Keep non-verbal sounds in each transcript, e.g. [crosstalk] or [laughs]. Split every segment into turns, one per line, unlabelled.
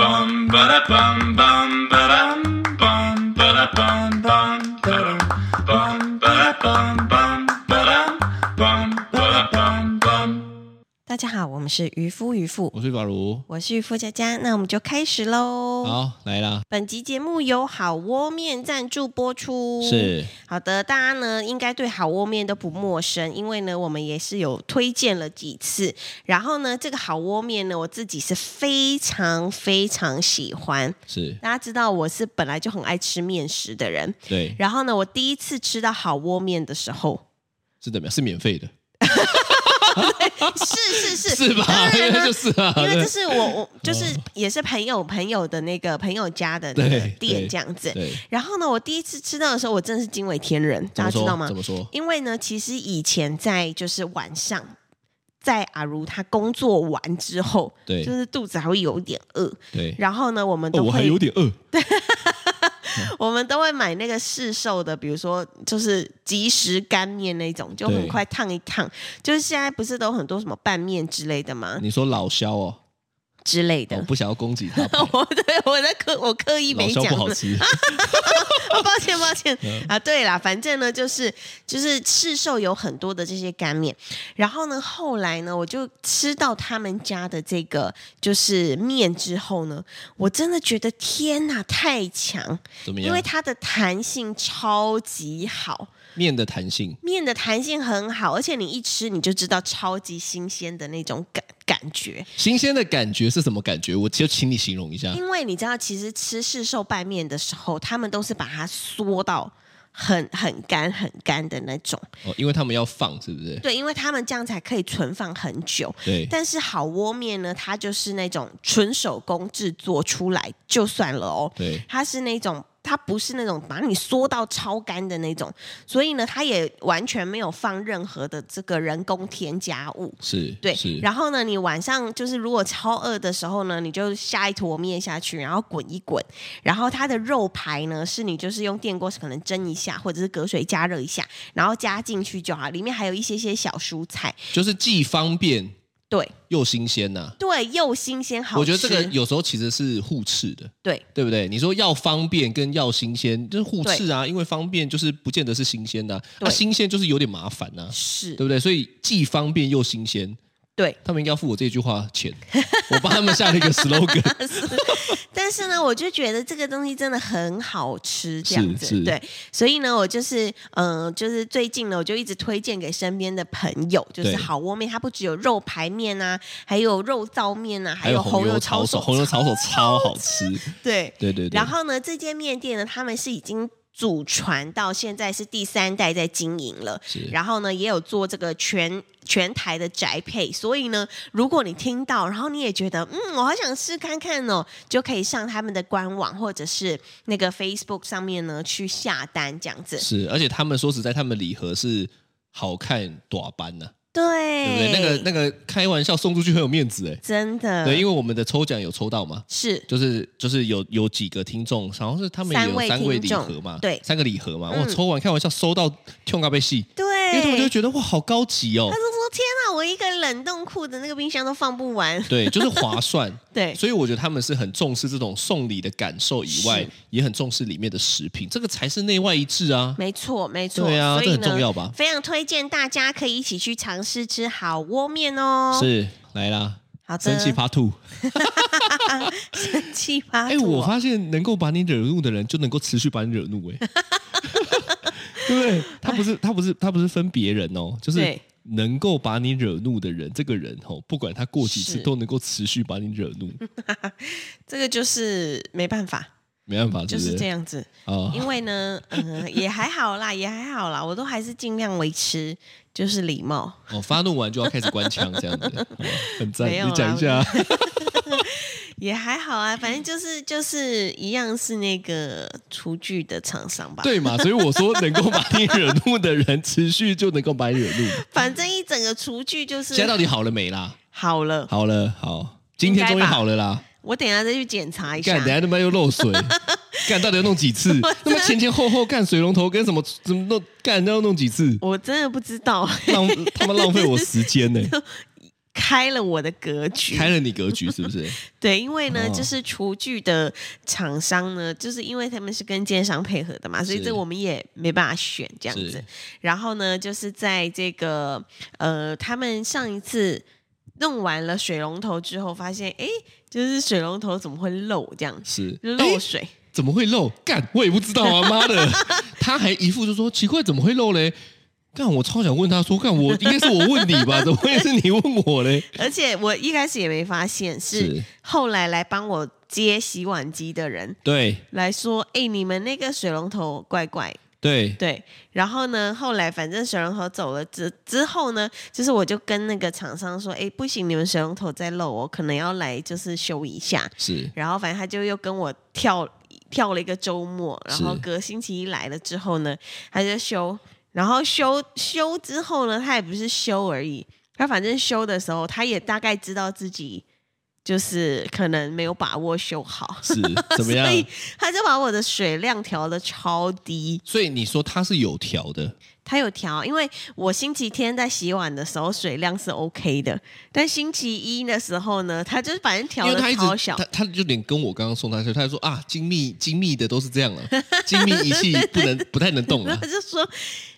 bum ba da bum bum ba dum bum ba da bum bum ba dum bum ba da bum bum ba dum bum ba da bum bum.
大家好，我们是渔夫渔妇，
我是宝如，
我是渔夫佳佳，那我们就开始喽。
好来啦，
本集节目由好窝面赞助播出，
是
好的，大家呢应该对好窝面都不陌生，因为呢我们也是有推荐了几次。然后呢，这个好窝面呢，我自己是非常非常喜欢。
是，
大家知道我是本来就很爱吃面食的人，
对，
然后呢，我第一次吃到好窝面的时
[laughs]
候，
是怎么样？是免费的， [laughs]
是是是
是吧
当？然
因为
啦
就是啊，
因为
对
这是我我就是也是朋友朋友的那个朋友家的那个
对
店
对
这样子。
对，
然后呢，我第一次吃到的时候，我真的是惊为天人，大
怎
家
么
知
说
道吗
怎？么说？
因为呢，其实以前在就是晚上，在阿如她工作完之后，
对
就是肚子还会有点饿，
对，
然后呢，我们
哦，
都
我还
会、
有点饿，
我们都会买那个市售的，比如说就是即食干面那种，就很
对
快烫一烫。就是现在不是都有很多什么拌面之类的吗？
你说老肖哦，
之类的
我。不想要攻击他，
[laughs] 我对我在刻我刻意
老
没
肖
讲，
不好
[laughs]
吃， [laughs]
哦 [laughs] 抱歉抱歉
嗯
啊，对啦，反正呢就是就是市售有很多的这些干面，然后呢后来呢我就吃到他们家的这个就是面之后呢，我真的觉得天哪太强，
怎么
因
样
为？它的弹性超级好，
面的弹性，
面的弹性很好，而且你一吃你就知道超级新鲜的那种感感觉。
新鲜的感觉是什么感觉？我就请你形容一下。
因为你知道，其实吃市售拌面的时候，他们都是把它缩到很很干、很干的那种。
哦，因为他们要放，是不是？
对，因为他们这样才可以存放很久。
对，
但是好窝面呢，它就是那种纯手工制作出来就算了哦，
对，
它是那种。它不是那种把你缩到超干的那种，所以呢，它也完全没有放任何的这个人工添加物。
是，
对
是，，
然后呢，你晚上就是如果超饿的时候呢，你就下一坨面下去，然后滚一滚。然后它的肉排呢，是你就是用电锅可能蒸一下，或者是隔水加热一下，然后加进去就好。里面还有一些些小蔬菜，
就是既方便
对
又新鲜呐、
对，又新鲜好吃。
我觉得这个有时候其实是互斥的，
对
对不对？你说要方便跟要新鲜，就是互斥啊，因为方便就是不见得是新鲜的啊、那、
对
新鲜就是有点麻烦呐、
是
对，不对？所以既方便又新鲜，
对。
他们应该付我这句话钱， [laughs] 我帮他们下了一个 slogan，
[laughs] 但是呢，我就觉得这个东西真的很好吃，这样
是
子
是
对，所以呢，我就是嗯、呃就是最近呢，我就一直推荐给身边的朋友，就是
对
好窝面，它不只有肉排面啊，还有肉燥面啊，
还
有
有
红
红
油
油抄手，
手，
红油抄手超好吃，
对。
对对对，
然后呢，这间面店呢，他们是已经祖传到现在是第三代在经营了，
是
然后呢，也有做这个全全台的宅配，所以呢，如果你听到，然后你也觉得，嗯，我好想试看看哦，就可以上他们的官网或者是那个 Facebook 上面呢去下单这样子。
是，而且他们说实在，他们礼盒是好看短班呐、
对，
对不对？那个那个开玩笑送出去很有面子哎、
真的
对，因为我们的抽奖有抽到嘛，
是
就是就是有有几个听众，好像是他们也
三位
有三位礼
听
盒
众
嘛，
对
三个礼盒嘛，我
嗯
抽完开玩笑收到跳咖啡戏，因
对，
为他们就会觉得哇好高级哦
他，就说天啊，我一个冷冻库的那个冰箱都放不完。 [laughs]
对，就是划算，
对，
所以我觉得他们是很重视这种送礼的感受以外
是，
也很重视里面的食品，这个才是内外一致啊，
没错，没错，
对啊
所以呢
这很重要吧
非常推荐大家可以一起去尝试吃好窝面哦。呃
是来啦，
好的，
生气 Part Two，
生 [laughs] 气哦吧？
哎，我发现能够把你惹怒的人，就能够持续把你惹怒，
[laughs]
哎，对不对？他不是他不是他不是分别人哦，就是
哎对
能够把你惹怒的人，这个人哦，不管他过几次，
是
都能够持续把你惹怒，
这个就是没办法，
没办法，
[laughs] 就
对不
是这
对？
样子。
啊，
因为呢，嗯、也还好啦，也还好啦，我都还是尽量维持就是礼貌。
哦，发怒完就要开始关枪，这样子，哦很
[laughs]
赞。
没有啦啊
你讲一下，
也还好啊，反正就是就是一样是那个厨具的厂商吧。，
[laughs] 对嘛？所以我说，能够把你惹怒的人，持续就能够把你惹怒。
反正一整个厨具就
现在
是
到底好了没啦？
好了，
好了，好，今天终于好了啦。
我等一下再去检查一下
干，。等下他妈又
[laughs]
漏水，干到底要弄几次？他妈前前后后干水龙头跟什么怎么弄？干要弄几次？
我真的不知道， [laughs]
浪他妈浪费我时间呢、
开了我的格局，
开了你格局是
[laughs]
不是？
对，因为呢，
哦
就是厨具的厂商呢，就是因为他们是跟建商配合的嘛，所以
是
这我们也没办法选这样子
是。
然后呢，就是在这个呃，他们上一次弄完了水龙头之后，发现哎，就是水龙头怎么会漏这样子，
是
就
诶
漏水。
怎么会漏？干，我也不知
[laughs]
道啊！妈的，他还一副就说奇怪，怎么会漏嘞？干，我超想问他说，干，我应该是我问你
[laughs]
吧？怎么会是你问我嘞？
而且我一开始也没发现，是
是
后来来帮我接洗碗机的人
对
来说，哎，你们那个水龙头怪怪
对
对，然后呢，后来反正水龙头走了之之后呢，就是我就跟那个厂商说，哎，不行，你们水龙头在漏，我可能要来就是修一下。
是
然后反正他就又跟我跳跳了一个周末，然后
是
隔星期一来了之后呢，他就修，然后修修之后呢，他也不是修而已，他反正修的时候，他也大概知道自己就是可能没有把握修好， [laughs]
是，怎么样
所？以他就把我的水量调的超低。
所以你说他是有条的，
它有调，因为我星期天在洗碗的时候水量是 OK 的，但星期一的时候呢，它就是反正调
因为
的
他一
超
直
小 [laughs]
他，他就连跟我刚刚送他去，他就说啊，精密精密的都是这样啊， [laughs] 精密仪器不
[laughs]
能不太能动
然
啊
后。就说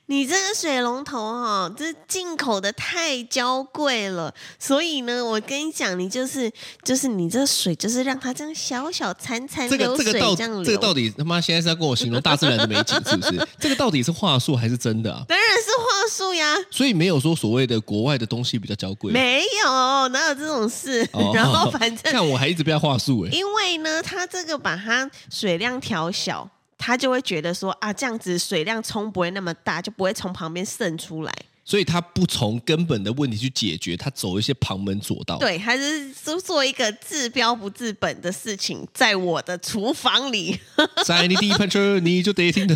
你这个水龙头哈、哦，这进口的太娇贵了，所以呢，我跟你讲，你就是就是你这水就是让它这样小小潺潺
这个
流
这
水
个到
样流，
这个到底他妈现在是要跟我形容大自然的美景是不是？ [laughs] 这个到底是话术还是真的啊？
当然是话术呀。
所以没有说所谓的国外的东西比较娇贵，啊
没有，哪有这种事？[laughs]
哦
然后反正
看我还一直被他话术
[laughs]
哎、
因为呢，它这个把它水量调小，它就会觉得说啊，这样子水量冲不会那么大，就不会从旁边渗出来。
所以他不从根本的问题去解决，他走一些旁门左道。，
对，还是做做一个治标不治本的事情，在我的厨房里。 [laughs]
在你第一盘车你就得听的。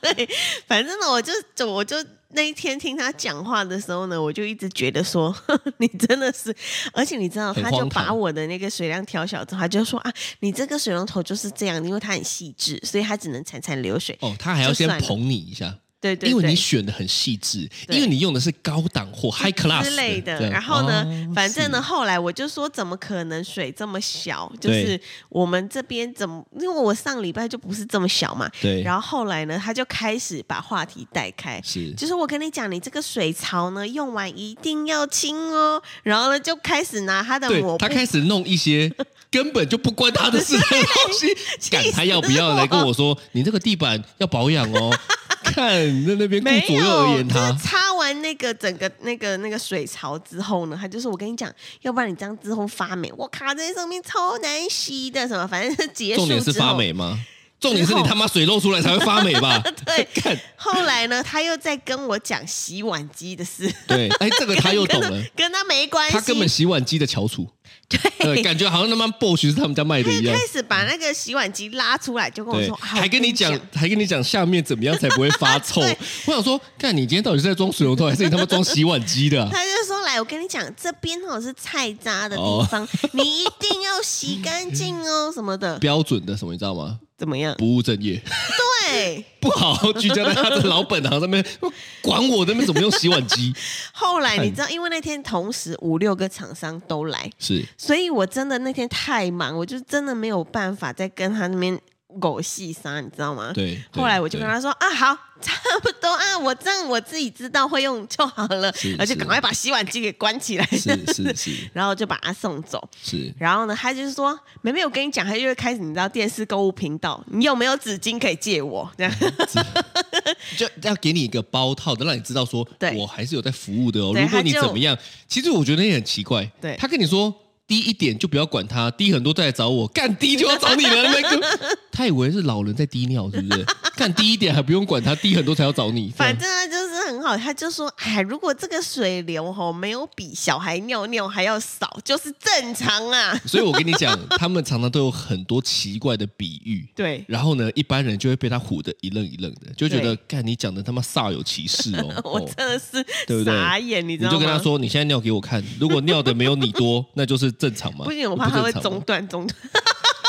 对，反正呢，我就就我就那一天听他讲话的时候呢，我就一直觉得说， [laughs] 你真的是，而且你知道，
很
他就
荒唐
把我的那个水量调小之后，他就说啊，你这个水龙头就是这样，因为它很细致，所以它只能潺潺流水。
哦，他还要先
就算了
捧你一下，
对对对，
因为你选的很细致，
对
因为你用的是高档或 high class
之类
这
的。
样
然后呢，
哦
反正呢，
是
后来我就说，怎么可能水这么小？就
对
是我们这边怎么？因为我上礼拜就不是这么小嘛。
对，
然
后
后后来呢，他就开始把话题带开。
是
就是我跟你讲，你这个水槽呢，用完一定要清哦。然后呢，就开始拿他的
对
抹布
他，开始弄
[laughs]
一些根本就不关他的事的东西，
气
管
死
他要不要来跟
我
我说，你这个地板要保
[laughs]
养哦。看在那边顾
没
左右而
有，
言
就
他
是，擦完那个整个那个那个水槽之后呢，他就说：“我跟你讲，要不然你这样之后发霉，我卡在上面超难洗的，什么反正是结束
重点是
之后
发霉吗？重点是你他妈水漏出来才会发霉
[laughs]
吧？ [laughs]
对
看，
后来呢，他又在跟我讲洗碗机的事，
对，哎，这个 [laughs] 他又懂了，
跟他没关系。
他根本洗碗机的翘楚，对，
[laughs] 对，
感觉好像他妈 Bosch 是他们家卖的
他
一
一
样
开，始把那个洗碗机拉出来，就跟我
对
说，，啊
还跟你讲， [laughs] 还跟你讲下面怎么样才不会发臭。
[laughs] 对
我想说，看你今天到底是在装水龙头，还是你他妈装洗碗机的啊、 [laughs]
他就说：“来，我跟你讲，这边哦是菜渣的地
[laughs]
方，你一定要洗干净哦，什么的，
标准的什么你知道吗？
怎么样？
不务正业， [laughs]
对。
不好好居家在他的老本行上面 [laughs] 管我那边怎么用洗碗机，
后来你知道，因为那天同时五六个厂商都来，
是
所以我真的那天太忙，我就真的没有办法再跟他那边狗戏杀，你知道吗？
对。
[laughs]
对
后来我就
对
跟他说啊，好，差不多啊，我这样我自己知道会用就好了
是，
而且赶
是
快把洗碗机给关起来，
是是是
[laughs] 然后就把他送走。
是，
然后呢，他就是说，妹妹，我跟你讲，他就会开始，你知道电视购物频道，你有没有纸巾可以借
[laughs]
我？ [laughs] 这样
就要给你一个包套的，让你知道说
对
我还是有在服务的哦。
对
如果你
他
怎
就
么样，其实我觉得也很奇怪。
对
他跟你说低一点就不要管他，低很多再来找我，干低就要找你了。那
[laughs]
个他以为是老人在滴尿，是不是？干低一点还不用管他，低很多才要找你。
反正他就是很好，他就说，哎，如果这个水流吼没有比小孩尿尿还要少，就是正常
[laughs]
啊。
所以我跟你讲，他们常常都有很多奇怪的比喻。
对，。
然后呢，一般人就会被他唬得一愣一愣的，就觉得干你讲的他妈煞有其事哦
[laughs] [laughs] 我
哦
真的是
对不对
傻眼，你知
你
道吗？
就跟他说，你现在尿给我看，如果尿的没有你
[laughs]
多，那就是正常嘛。
不行，我怕他会
正常
中
吗。
断
[laughs]
中断。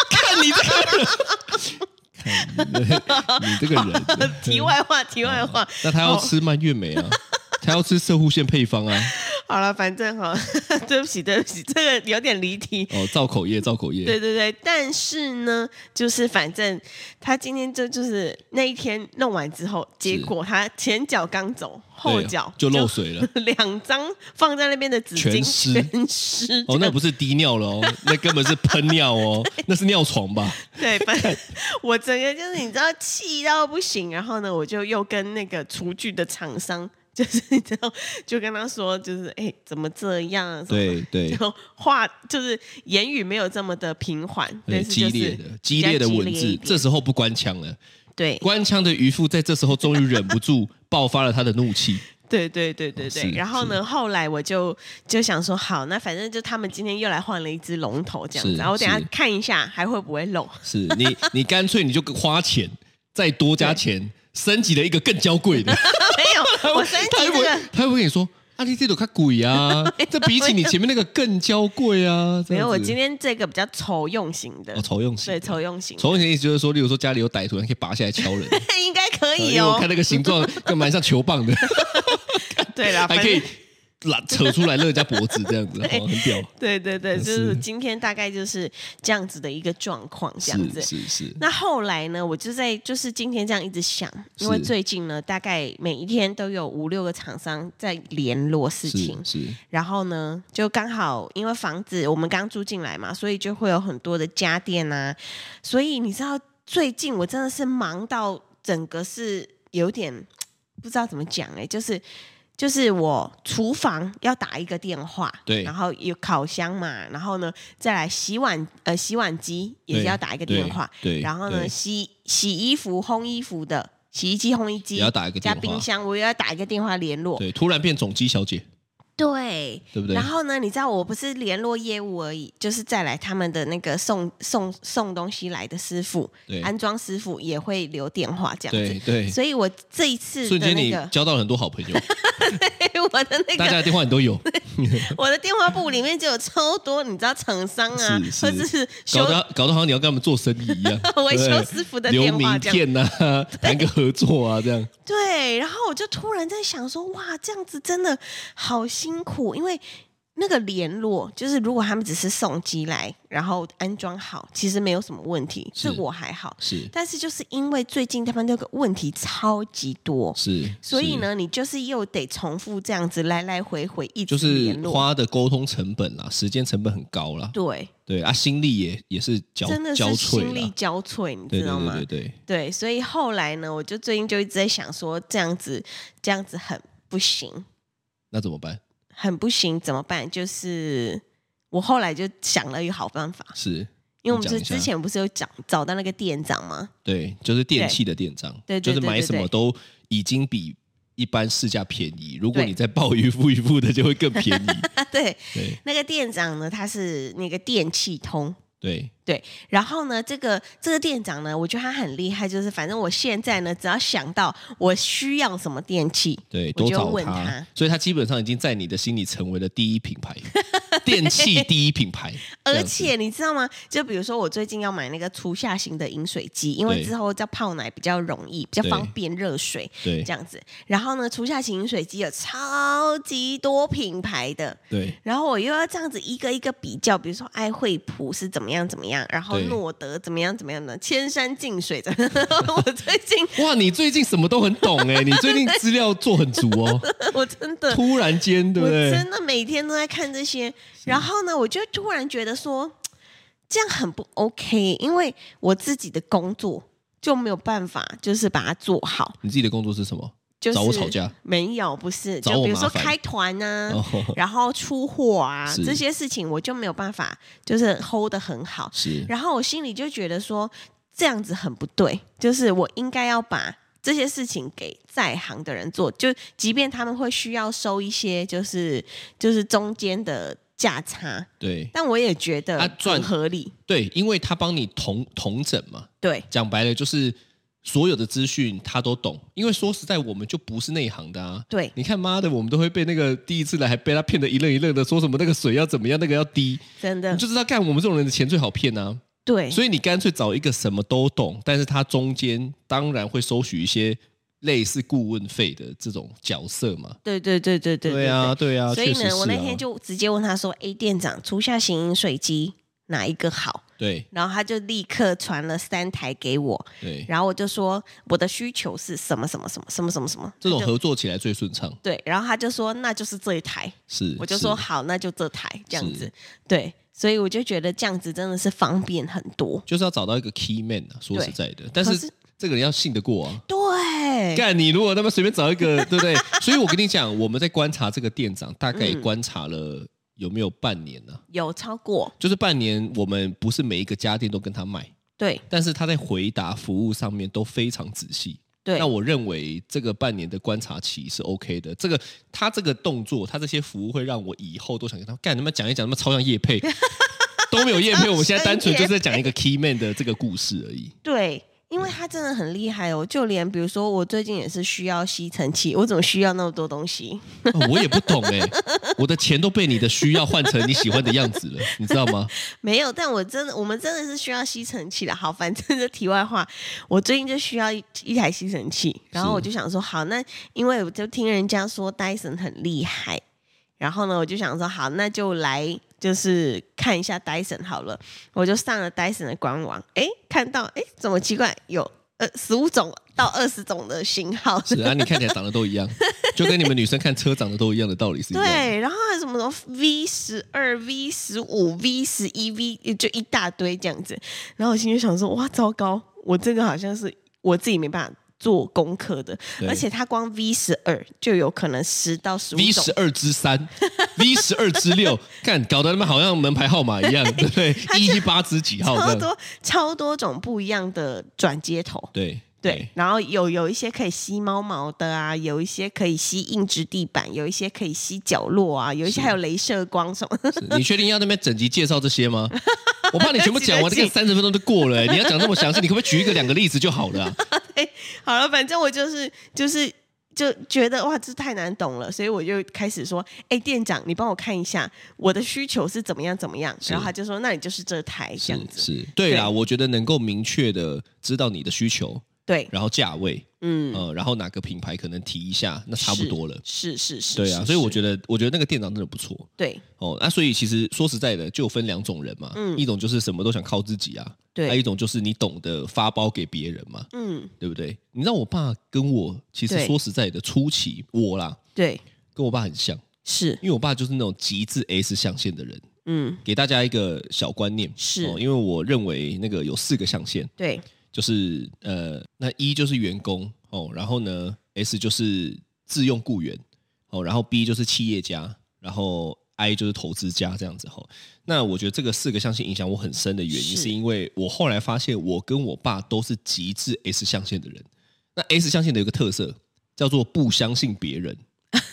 看你这个人，
[laughs]
看你这 [laughs] 个人
题外话，题外话，
那他要吃蔓越莓啊，他要吃射护腺配方啊。
好了，反正哈， [laughs] 对不起，对不起，这个有点离题。
哦，造口业，造口业。
对对对，但是呢，就是反正他今天就就是那一天弄完之后，结果他前脚刚走，后
对
脚
就漏水了，
[laughs] 两张放在那边的纸巾
全湿
全湿
哦，那
这样
不是滴尿
[laughs]
了哦，那根本是喷尿哦，那是尿床吧？
对，反正我整个就是你知道气到不行，然后呢，我就又跟那个厨具的厂商，就是你知道，就跟他说，就是哎、怎么这样啊？什么
对
[laughs]
对
就话就是言语没有这么的平缓，但
对，
是就
哎激
是
烈的激
比较
烈的文
一
字，
点
这时候不关枪了。
对
官腔的渔夫在这时候终于忍不住爆发了他的怒气。
对对对对
是
对。然后呢，后来我就就想说，好，那反正就他们今天又来换了一只龙头这样子，
是
然后我等一下
是
看一下还会不会漏。 [laughs]
是你， [laughs] 你干脆你就花钱，再多加钱，升级了一个更娇贵的。 [laughs]
没有，我生
他
气
又
这
不
个。，
他又不跟你说，啊，你这都看鬼啊，这比起你前面那个更娇贵啊。这
没
样
有，
子
我今天这个比较丑用型的
哦，，仇用型
对，，丑用型的，
仇用型的意思就是说，例如说家里有歹徒，你可以拔下来敲人。
[laughs]
啊
应该可
因
以
为我
哦
看。那个形状，就蛮像球棒的，
[laughs] 对啦，
还
反
可以
正
拉扯出来勒人家脖子这样子，哦，很屌。
对对对，就是
是
今天大概就是这样子的一个状况， [laughs] 这样子
是。是是，
那后来呢，我就在就是今天这样一直想，因为
是
最近呢，大概每一天都有五六个厂商在联络事情
是，是
然后呢，就刚好因为房子我们刚住进来嘛，所以就会有很多的家电啊，所以你知道最近我真的是忙到整个是有点不知道怎么讲哎、就是。就是我厨房要打一个电话，
对
然后有烤箱嘛，然后呢再来洗碗呃洗碗机也是
对
要打一个电话，
对对
然后呢
对
洗洗衣服、烘衣服的洗衣机、烘衣机
也要打一个
加
电话
冰箱，我也要打一个电话联络，
对，突然变总机小姐，
对，
对不对
然？后呢，你知道我不是联络业务而已，就是再来他们的那个送送送东西来的师傅
对，
安装师傅也会留电话这样
对
子。
对，
所以我这一次
瞬
的
间
那 [laughs]
你
个，
交到了很多好朋友，
我的 [laughs] 那
大家
个，
的电话你都有，
我的电话簿里面就有超多，你知道厂商啊，
是是
或者是修，
搞得搞得好像你要跟他们做生意一样
[laughs] 维修
对
师傅的
留
电话
名
这样。
片呐、啊，谈个合作啊，这样
对，然后我就突然在想说，哇，这样子真的好辛苦，因为那个联络，就是如果他们只是送机来，然后安装好，其实没有什么问题，
是
这我还好。
是
但是就是因为最近他们那个问题超级多，
是，
所以
是。
呢，你就是又得重复这样子来来回回一直
就是
联络，
花的沟通成本啦，时间成本很高啦，
对，
对啊，心力也也是交
真的
交
是
瘁
心力
啦，
交瘁，你
对
知
对
道吗？
对对对，
对，所以后来呢，我就最近就一直在想说，这样子这样子很不行，
那怎么办？
很不行，怎么办？就是我后来就想了一个好办法，
是
因为我们
你讲
是
一下
之前不是有找找到那个店长吗？
对，就是电器的店长，
对对对
就是买
对对
什么
对
都已经比一般市价便宜。如果
对
你再报渔夫渔夫的，就会更
[laughs]
便宜。
啊，对，
对
那个店长呢，他是那个电器通。
对，
对，然后呢，这个这个店长呢，我觉得他很厉害，就是反正我现在呢，只要想到我需要什么电器，
对，
我
都
就
找
问他
所以他基本上已经在你的心里成为了第一品牌，电
[laughs]
器第一品牌。这
而
样子
且你知道吗？就比如说我最近要买那个厨下型的饮水机，因为
对
之后要泡奶比较容易，比较
对
方便热水
对
这样子。然后呢，厨下型饮水机有超级多品牌的，
对
然后我又要这样子一个一个比较，比如说爱惠普是怎么样怎么样，然后
对
诺德怎么样怎么样的，千山净水的。 [laughs] 我最近
哇，你最近什么都很懂哎、你最近资料做很足
[laughs]
哦，
我真的
突然间对不
我
对？
真的每天都在看这些，然后呢，我就突然觉得说，这样很不 OK，因为我自己的工作就没有办法，就是把它做好。
你自己的工作是什么？
就是
找我吵架？
没有，不是，
找
就
我
比如说
麻烦
开团啊，
[laughs] 哦，
然后出货啊
是
这些事情，我就没有办法，就是 hold 得很好。
是
然后我心里就觉得说，这样子很不对，就是我应该要把这些事情给在行的人做，就即便他们会需要收一些，就是就是中间的价差，
对
但我也觉得
啊赚
很合理。
对，因为他帮你同同整嘛，
对
讲白了就是所有的资讯他都懂，因为说实在我们就不是内行的啊。
对
你看妈的，我们都会被那个第一次来还被他骗得一愣一愣的，说什么那个水要怎么样，那个要低，
真的
你就知道干我们这种人的钱最好骗啊。
对，
所以你干脆找一个什么都懂，但是他中间当然会收取一些类似顾问费的这种角色嘛。
对对对对对
对啊，对啊，
所以
确实
呢，我那
是啊
天就直接问他说：“哎，店长，厨下型饮水机哪一个好
对？”
然后他就立刻传了三台给我，
对，
然后我就说我的需求是什么什么什么什么什么什么
这种
他就
合作起来最顺畅，
对，然后他就说那就是这一台，
是
我就是说好，那就这台这样子
是，
对，所以我就觉得这样子真的是方便很多，
就是要找到一个 key man 啊，说实在的，但
可
是
是
这个人要信得过啊。
对，
干你如果他妈随便找一个，对不 [laughs] 对？所以我跟你讲，我们在观察这个店长，大概
嗯
观察了有没有半年呢、
有超过
就是半年，我们不是每一个家电都跟他卖，
对
但是他在回答服务上面都非常仔细。
对
那我认为这个半年的观察期是 OK 的。这个他这个动作，他这些服务会让我以后都想跟他干。你们讲一讲，他妈超像叶配，都没有叶配。我们现在单纯就是在讲一个 key man 的这个故事而已。
对。因为他真的很厉害哦，就连比如说我最近也是需要吸尘器，我怎么需要那么多东西？
哦我也不懂哎、我的钱都被你的需要换成你喜欢的样子了，你知道吗？
[laughs] 没有，但我真的，我们真的是需要吸尘器的。好，反正 [laughs] 这题外话，我最近就需要一一台吸尘器，然后我就想说，好，那因为我就听人家说戴森很厉害，然后呢，我就想说，好，那就来就是看一下戴森好了。我就上了戴森的官网，诶，看到诶，怎么奇怪，有呃十五种到二十种的型号，
是啊，你看起来长得都一样，就跟你们女生看车长得都一样的道理是一样的。
对，然后还有什么什么 V 十二、V 十五、V 十一、V 就一大堆这样子。然后我心里想说，哇，糟糕，我这个好像是我自己没办法做功课的，
对
而且它光 V 十二就有可能十到十五
V
种
十。二之三，V 十二之六，
[laughs]
看搞得他们好像门牌号码一样，对不对？一一八之几号
超
这样？
多超多种不一样的转接头，
对
对，，然后有有一些可以吸猫毛的啊，有一些可以吸硬质地板，有一些可以吸角落啊，有一些
是
还有镭射光什么的，
是你确定要那边整集介绍这
[laughs]
些吗？我怕你全部讲
对不
完，这
起
个三十分钟就过了、欸你要讲那么
[laughs]
详细，你可不可以举一个两个例子就好了、啊？
好了，反正我就是就是就觉得哇，这太难懂了，所以我就开始说，哎、店长，你帮我看一下我的需求是怎么样怎么样。
是
然后他就说，那你就是这台这样子。
是是，对啦，
对
我觉得能够明确的知道你的需求，
对，
然后价位，
嗯，
呃，然后哪个品牌可能提一下，那差不多了。
是是是，
对啊，所以我觉
得
得，我觉得那个店长真的不错
对
哦。那、所以其实说实在的，就有分两种人嘛，
嗯
一种就是什么都想靠自己啊，还有一
对，
种就是你懂得发包给别人嘛，
嗯
对不对？你知道我爸跟我其实
对
说实在的，初期我啦
对
跟我爸很像，
是，
因为我爸就是那种极致 S 象限的人。
嗯
给大家一个小观念，哦
是
因为我认为那个有四个象限，
对
就是呃，那一就是员工哦，然后呢，S 就是自用雇员哦，然后 B 就是企业家，然后 I 就是投资家这样子哦。那我觉得这个四个象限影响我很深的原因，
是
是因为我后来发现我跟我爸都是极致 S 象限的人。那 S 象限的有一个特色叫做不相信别人，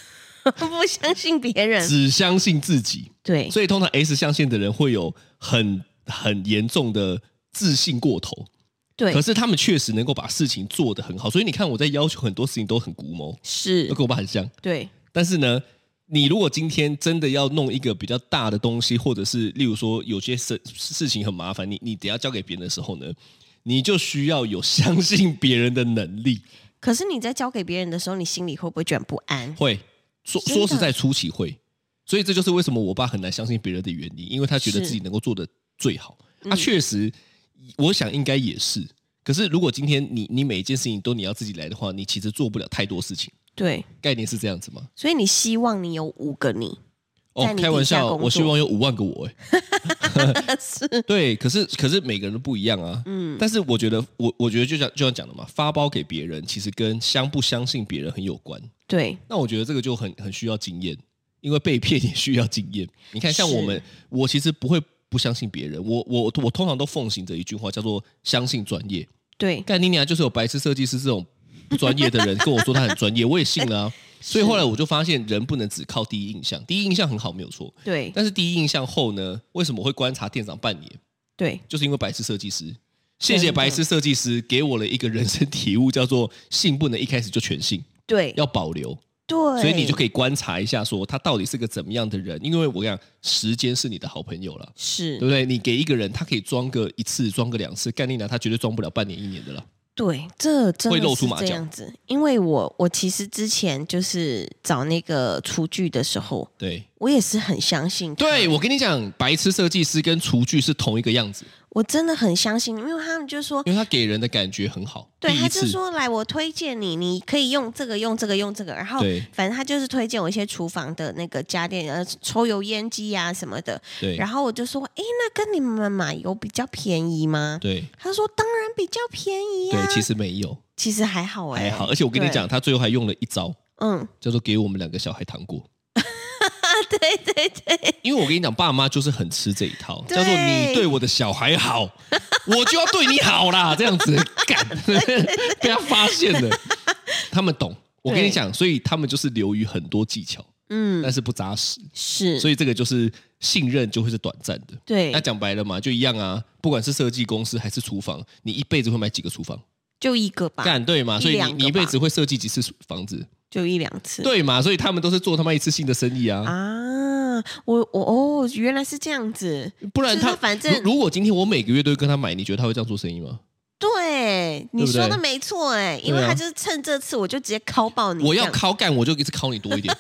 [laughs] 不相信别人，
只相信自己。
对
所以通常 S 象限的人会有很很严重的自信过头。
对
可是他们确实能够把事情做得很好，所以你看我在要求很多事情都很古谋，
是
都，跟我爸很像。
对
但是呢，你如果今天真的要弄一个比较大的东西，或者是例如说有些事事情很麻烦，你你等要交给别人的时候呢，你就需要有相信别人的能力。
可是你在交给别人的时候，你心里会不会觉得不安？
会说
真的
说实在初期会，所以这就是为什么我爸很难相信别人的原因，因为他觉得
是嗯
自己能够做的最好。他、确实，我想应该也是。可是如果今天你你每一件事情都你要自己来的话，你其实做不了太多事情。
对，
概念是这样子吗？
所以你希望你有五个你，
哦
在，你
开玩
底下
笑，
工作
我希望有五万个我哎、
[laughs] 是
[laughs] 对，可是可是每个人都不一样啊。嗯，但是我觉得我我觉得就像就像讲的嘛，发包给别人其实跟相不相信别人很有关。
对
那我觉得这个就很很需要经验，因为被骗也需要经验。你看，像
是
我们，我其实不会不相信别人，我我我通常都奉行着一句话，叫做相信专业。
对
干你娘，就是有白痴设计师这种不专业的人跟我说他很专业，我也信了啊、所以后来我就发现，人不能只靠第一印象，第一印象很好没有错，
对
但是第一印象后呢，为什么会观察店长半年？
对，
就是因为白痴设计师。谢谢白痴设计师给我了一个人生体悟，叫做信不能一开始就全信，
对
要保留。
对，
所以你就可
以
以观察一下，说他到底是个怎么样的人。因为我跟你讲，时间是你的好朋友了，
是 [laughs]
对不对？你给一个人，他可以装个一次，装个两次，干你娘，他绝对装不了半年一年的了。
对，这真
会
的
露
是
出马
这
脚
样子，因为我我其实之前就是找那个厨具的时候，
对，
我也是很相信他，
对我跟你讲，白痴设计师跟厨具是同一个样子，
我真的很相信，因为他们就说，
因为他给人的感觉很好。
对，
第
他
一
就
次，
说来，我推荐你，你可以用这个，用这个，用这个，然后
对
反正他就是推荐我一些厨房的那个家电，呃，抽油烟机呀、什么的，
对
然后我就说，诶，那跟你们买有比较便宜吗？
对
他说当然比较便宜呀、
对，其实没有，
其实还好哎、
还好。而且我跟你
对
讲，，他最后还用了一招，
嗯， [laughs]
叫做给我们两个小孩糖果。
对对对，
因为我跟你讲，爸妈就是很吃这一套，
对
叫做你对我的小
[laughs]
孩好，我就要对你好啦，这样子干，被他发现了，他们懂。我跟你讲，所以他们就是流于很多技巧，
嗯，
但是不扎实，
是，
所
以
以这个就是信任就会是短暂的。
对
那，讲白了嘛，就一样啊，不管是设计公司还是厨房，你一辈子会买几个厨房？
就一个吧，
干对嘛？
啊一
所以
两
你
个嗯
你一辈
吧
子会设计几次房子？
就一两次，
对嘛？所以他们都是做他妈一次性的生意啊，
啊，我我哦，原来是这样子，
不然
就是
他
反正
如如果今天我每个月都跟他买，你觉得他会这样做生意吗？
对，你
对不
说的
对
没错哎，因为
对啊
他就是趁这次，我就直接敲爆你这
我
样，
要敲干，我就一直敲你多一点，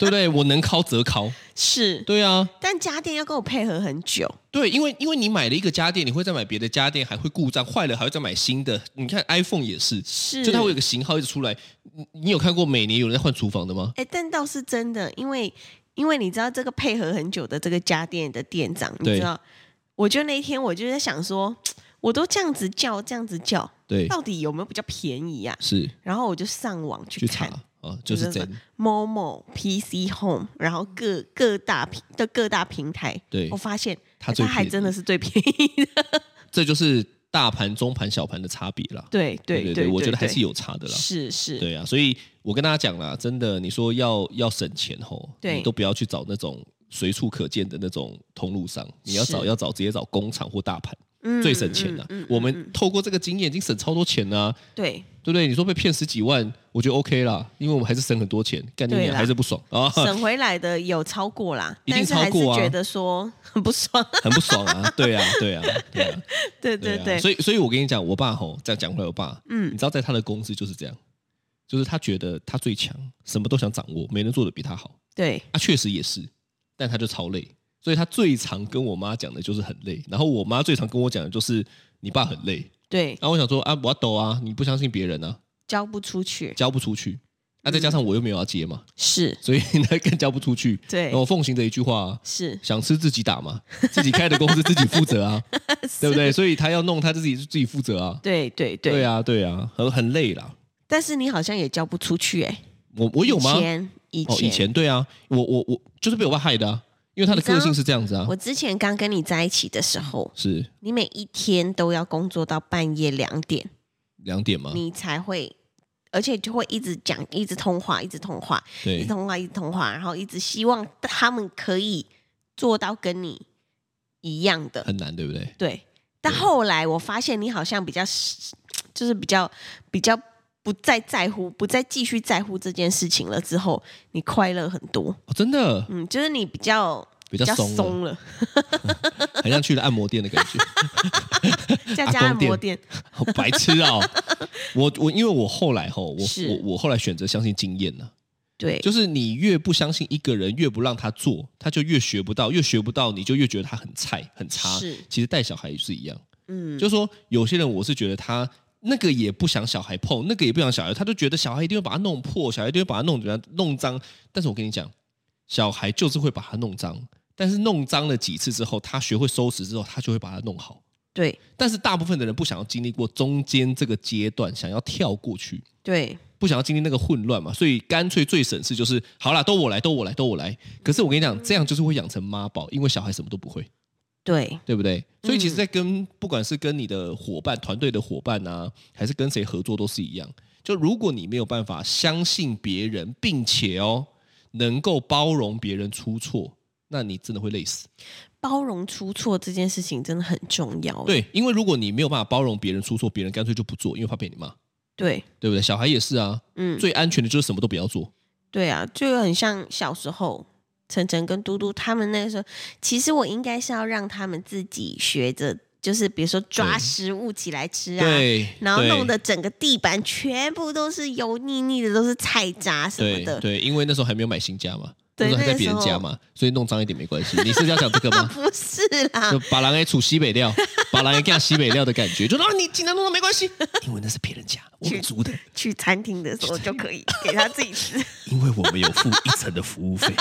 对不对？我能敲则敲，
是，
对啊，
但家电要跟我配合很久，
对，因为因为你买了一个家电，你会再买别的家电，还会故障，坏了还会再买新的。你看 iPhone 也是，
是，
就它会有个型号一直出来。你你有看过每年有人在换厨房的吗？
哎，但倒是真的，因为因为你知道这个配合很久的这个家电的店长，你知
对
道，我觉得那一天我就在想说，我都这样子叫，这样子叫，
对，
到底有没有比较便宜呀、
是
然后我就上网去
去查
看
啊，就是
就是
真
什某某 PC Home，然后各各大平的各大平台，
对
我，发现
它最
它还
便宜
真的是最便宜的。 [laughs]
这就是大盘、中盘、小盘的差别啦。
对
对
对，
我觉得还是
有
有差的啦。
是是，
对啊，所以我跟大家讲啦，真的，你说要要省钱吼，
对
你都不要去找那种随处可见的那种通路商，你要
是
找要找直接找工厂或大盘，
嗯
最省钱了、啊
嗯嗯嗯
我
嗯
们透过这个经验已经省超多钱啦、 [laughs]
对
对不对？你说被骗十几万，我觉得 OK 啦，因为我们还是省很多钱，干你
对
娘
啦
还是不爽啊，
省回来的有超过啦，
一定
但是还
超
是
过啊
觉得说很不爽。
[laughs]
[laughs]
很不爽啊，对啊，对啊，对啊，
对对
对啊，
对，
所以所以我跟你讲，我爸吼，这样讲回来，我爸，你
嗯
知道在他的公司就是这样，就是他觉得他最强，什么都想掌握，没人做的比他好。
对
啊，确实也是，但他就超累，所以他最常跟我妈讲的就是很累，然后我妈最常跟我讲的就是你爸很累。
对，
然后我想说啊，我要抖啊，你不相信别人啊，
交不出去
交不出去。啊，再加上我又没有要接嘛，
是，
所以 [laughs] 呢更交不出去。
对
然后我奉行的一句话、啊。
是
想吃自己打嘛，自己开的公司自己负责
[laughs]
啊，对不对？所以他要弄他自己自己负责啊，
对对对
对啊，对啊，很很累啦。但
但是你好像也交不出去哎，
我我有吗？
以前以
哦，以
前
前对啊，我我我就是被我爸害的啊，因为他的
你知道
个性是这样子啊，
我之前刚跟你在一起的时候，
是
你每一天都要工作到半夜两点，
两点嘛，
你才会，而且就会一直讲，一直通话，一直通话，一
对
直通话，一直通话，然后一直希望他们可以做到跟你一样的。
很难，对不对？
对，但
对
后来我发现你好像比较，就是比较比较不再在乎，不再继续在乎这件事情了。之后你快乐很多，
哦，真的
嗯，就是你比较。
比较松了
松了，
很像去了按摩店的感
[laughs]
觉，
再
阿
加
公
按摩
店
店，
好白痴哦！我我因为我后来吼，我
是
我我后来选择相信经验了，
对，
就是你越不相信一个人，越不让他做，他就越学不到，越学不到，你就越觉得他很菜很差
是。
其实带小孩也是一样，
嗯，
就是说有些人我是觉得他。那个也不想小孩碰，那个也不想小孩，他就觉得小孩一定会把他弄破，小孩一定会把他弄怎么样弄脏。但是我跟你讲，小孩就是会把他弄脏，但是弄脏了几次之后，他学会收拾之后，他就会把它弄好。
对
但是大部分的人不想要经历过中间这个阶段，想要跳过去，
对，
不想要经历那个混乱嘛，所以干脆最省事就是好啦，都我来，都我来，都我来。可是我跟你讲，这样就是会养成妈宝，因为小孩什么都不会，
对，
对不对？所以其实，
嗯
在跟不管是跟你的伙伴、团队的伙伴啊，还是跟谁合作，都是一样。就如果你没有办法相信别人，并且哦能够包容别人出错，那你真的会累死。
包容出错这件事情真的很重要。欸
对，因为如果你没有办法包容别人出错，别人干脆就不做，因为怕被你骂。
对，
对不对？小孩也是啊，
嗯，
最安全的就是什么都不要做。
对啊，就很像小时候晨晨跟嘟嘟他们那个时候，其实我应该是要让他们自己学着就是比如说抓
对
食物起来吃啊，
对，
然后
对
弄得整个地板全部都是油腻腻的，都是菜渣什么
对
的。
对，因为那时候还没有买新家嘛，那
对
时候还
那
在
个
别人
时
家
候
嘛，所以弄脏一点没关系。你是要讲这个
啊，
吗？
[laughs] 不是啦
就，把狼给处西
[laughs]
北料，把狼给干西北料的感觉，就说啊，你尽量弄都没关系，因为那是别人家，我们租的，
去餐厅的时候就可以给他自己吃，
因为我们有付一层的服
[laughs]
务费，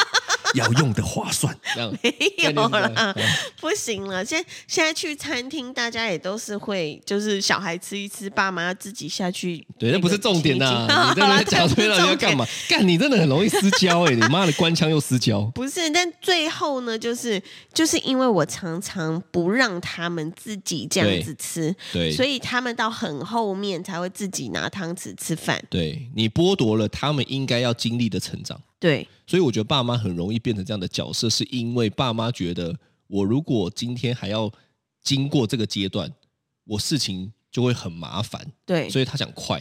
要用的划算。这样
没有啦，
嗯
不行了。现现在去餐厅，大家也都是会，就是小孩吃一吃，爸妈要自己下去个清一清。
对，那不是重点呐、
[laughs]
啊你
啊好
在那
啦
边讲这边到底要干？
这不是重
嘛
点？
干，你真的很容易私交哎、你妈的官腔又私交。
不是，但最后呢，就是就是因为我常常不让他们自己这样子吃，
对，
所以他们到很后面才会自己拿汤匙吃饭。
对你剥夺了他们应该要经历的成长。
对，
所以我觉得爸妈很容易变成这样的角色，是因为爸妈觉得我如果今天还要经过这个阶段，我事情就会很麻烦，
对，
所以他想快，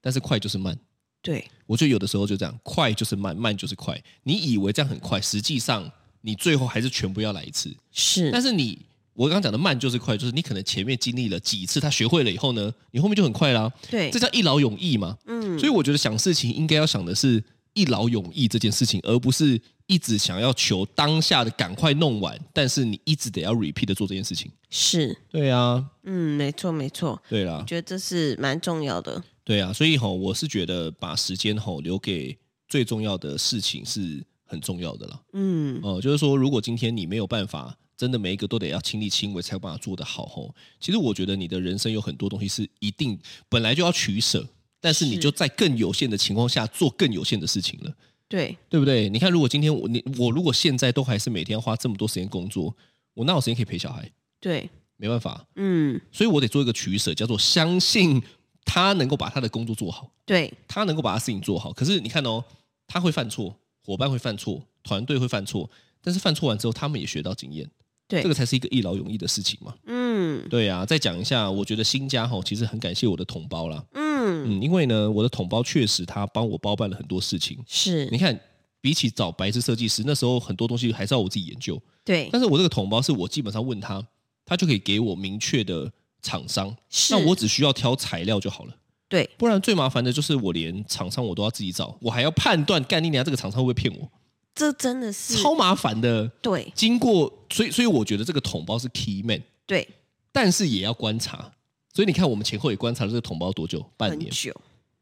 但是快就是慢。
对，
我觉得有的时候就这样，快就是慢，慢就是快。你以为这样很快，实际上你最后还是全部要来一次。
是
但，是你我刚刚讲的慢就是快，就是你可能前面经历了几次，他学会了以后呢，你后面就很快啦。
对
这，叫一劳永逸嘛。
嗯，
所以我觉得想事情应该要想的是一劳永逸这件事情，而不是一直想要求当下的赶快弄完，但是你一直得要 repeat 的做这件事情。
是，
对啊，
嗯，没错，没错，
对啦
我，觉得这是蛮重要的。
对啊，所以吼，我是觉得把时间吼留给最重要的事情是很重要的啦。
嗯，
哦、就是说，如果今天你没有办法，真的每一个都得要亲力亲为才有办法做得好吼。其实我觉得你的人生有很多东西是一定本来就要取舍，但是你
是
就在更有限的情况下做更有限的事情了。
对，
对不对？你看，如果今天我你我如果现在都还是每天要花这么多时间工作，我哪有时间可以陪小孩？
对，
没办法，
嗯，
所以我得做一个取舍，叫做相信他能够把他的工作做好，
对，
他能够把他事情做好。可是你看哦，他会犯错，伙伴会犯错，团队会犯错，但是犯错完之后，他们也学到经验，
对
这个才是一个一劳永逸的事情嘛。
嗯，
对啊，再讲一下，我觉得新家吼，其实很感谢我的同胞啦，
嗯，
嗯，因为呢，我的同胞确实他帮我包办了很多事情，
是
你，看，比起找白痴设计师，那时候很多东西还是要我自己研究。
对，
但是我这个同胞是我基本上问他，他就可以给我明确的厂商，
是，
那我只需要挑材料就好了。
对，
不然最麻烦的就是我连厂商我都要自己找，我还要判断干你娘这个厂商会不会骗我，
这真的是
超麻烦的。
对，
经过，所以所以我觉得这个同胞是 key man，
对，
但是也要观察。所以你看，我们前后也观察了这个同胞多久？半
很
年，
久，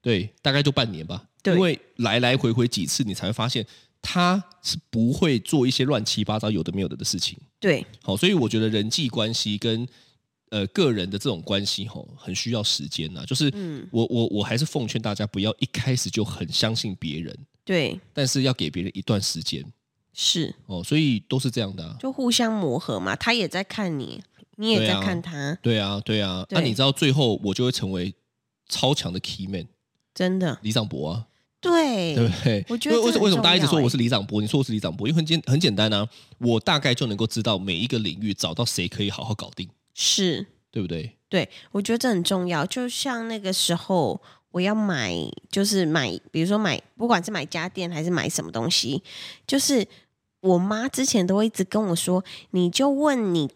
对，大概就半年吧。
对
因为来来回回几次，你才会发现他是不会做一些乱七八糟、有的没有的的事情。
对，
好，所以我觉得人际关系跟呃个人的这种关系，吼，很需要时间呐、就是
嗯
我我我还是奉劝大家，不要一开始就很相信别人，
对，
但是要给别人一段时间
是，
哦。所以都是这样的、啊。
就互相磨合嘛，他也在看你，你也
对
在
啊
看他，
对啊，对啊。那、
对
你知道最后我就会成为超强的 key man
真的，
李尚博啊。
对，
对不对？
我觉得
为为
这
什
很
么为什么大家一直
重要
说
欸
我是李长博，你说我是李长博，因为很简很简单啊，我大概就能够知道每一个领域找到谁可以好好搞定，
是，
对不对？
对，我觉得这很重要。就像那个时候，我要买，就是买，比如说买，不管是买家电还是买什么东西，就是我妈之前都会一直跟我说，你就问你，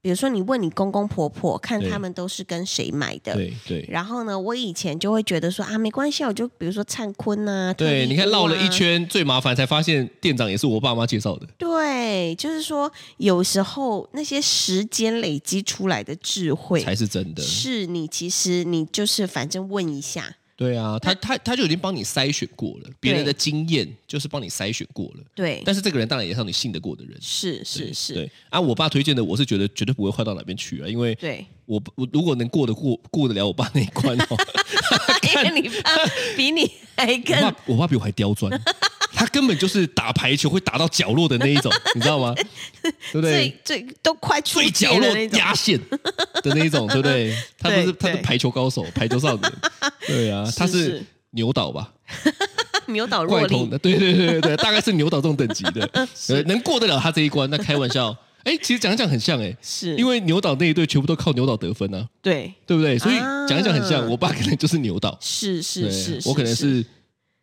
比如说你问你公公婆婆，看
对
他们都是跟谁买的。
对对
然后呢，我以前就会觉得说啊，没关系啊，我就比如说灿坤啊，特
对，
力
你看
屋
绕了
啊
一圈，最麻烦才发现店长也是我爸妈介绍的，
对，就是说有时候那些时间累积出来的智慧，
才是真的。
是你其实你就是反正问一下，
对啊，他他他就已经帮你筛选过了，别人的经验就是帮你筛选过了，
对，
但是这个人当然也是让你信得过的人。
是
对
是是，
对啊，我爸推荐的，我是觉得绝对不会坏到哪边去啊，因为 [laughs]
对，
我我如果能过得过过得了我爸那一关
[laughs]
哦，
因为哎你爸比你
[laughs]
还更
我爸我爸比我还刁钻，他根本就是打排球会打到角落的那一种，你知道吗？对不
最
对？
最都快出
最
界
角落
的那种， [laughs]
压线的那一种，对不对？他不
对
是他是
对
排球高手，排球
[laughs]
少年，对啊，他是
是
牛岛吧？
牛倒
怪
若
头
梨，
的，对对对对 [laughs] 对，大概是牛岛这种等级的，
[laughs]
呃能过得了他这一关，那开玩笑。哎，其实讲一讲很像哎，
是
因为牛岛那一队全部都靠牛岛得分啊，
对，
对不对？所以
啊
讲一讲很像，我爸可能就是牛岛，
是
对
是是，
我可能是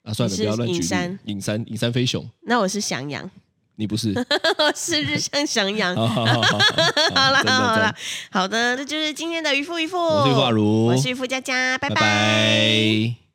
啊，算了，
你
不
是
要乱举
隐山
例，隐山隐山飞熊，
那我是翔阳， [laughs]
你不是？
是日向翔阳。 [laughs]
好好好好，
好
好
啦
哦真的
好
真
啦
的，
好的，这就是今天的渔夫渔夫，
我是傅阿如，
我是傅佳佳，拜
拜拜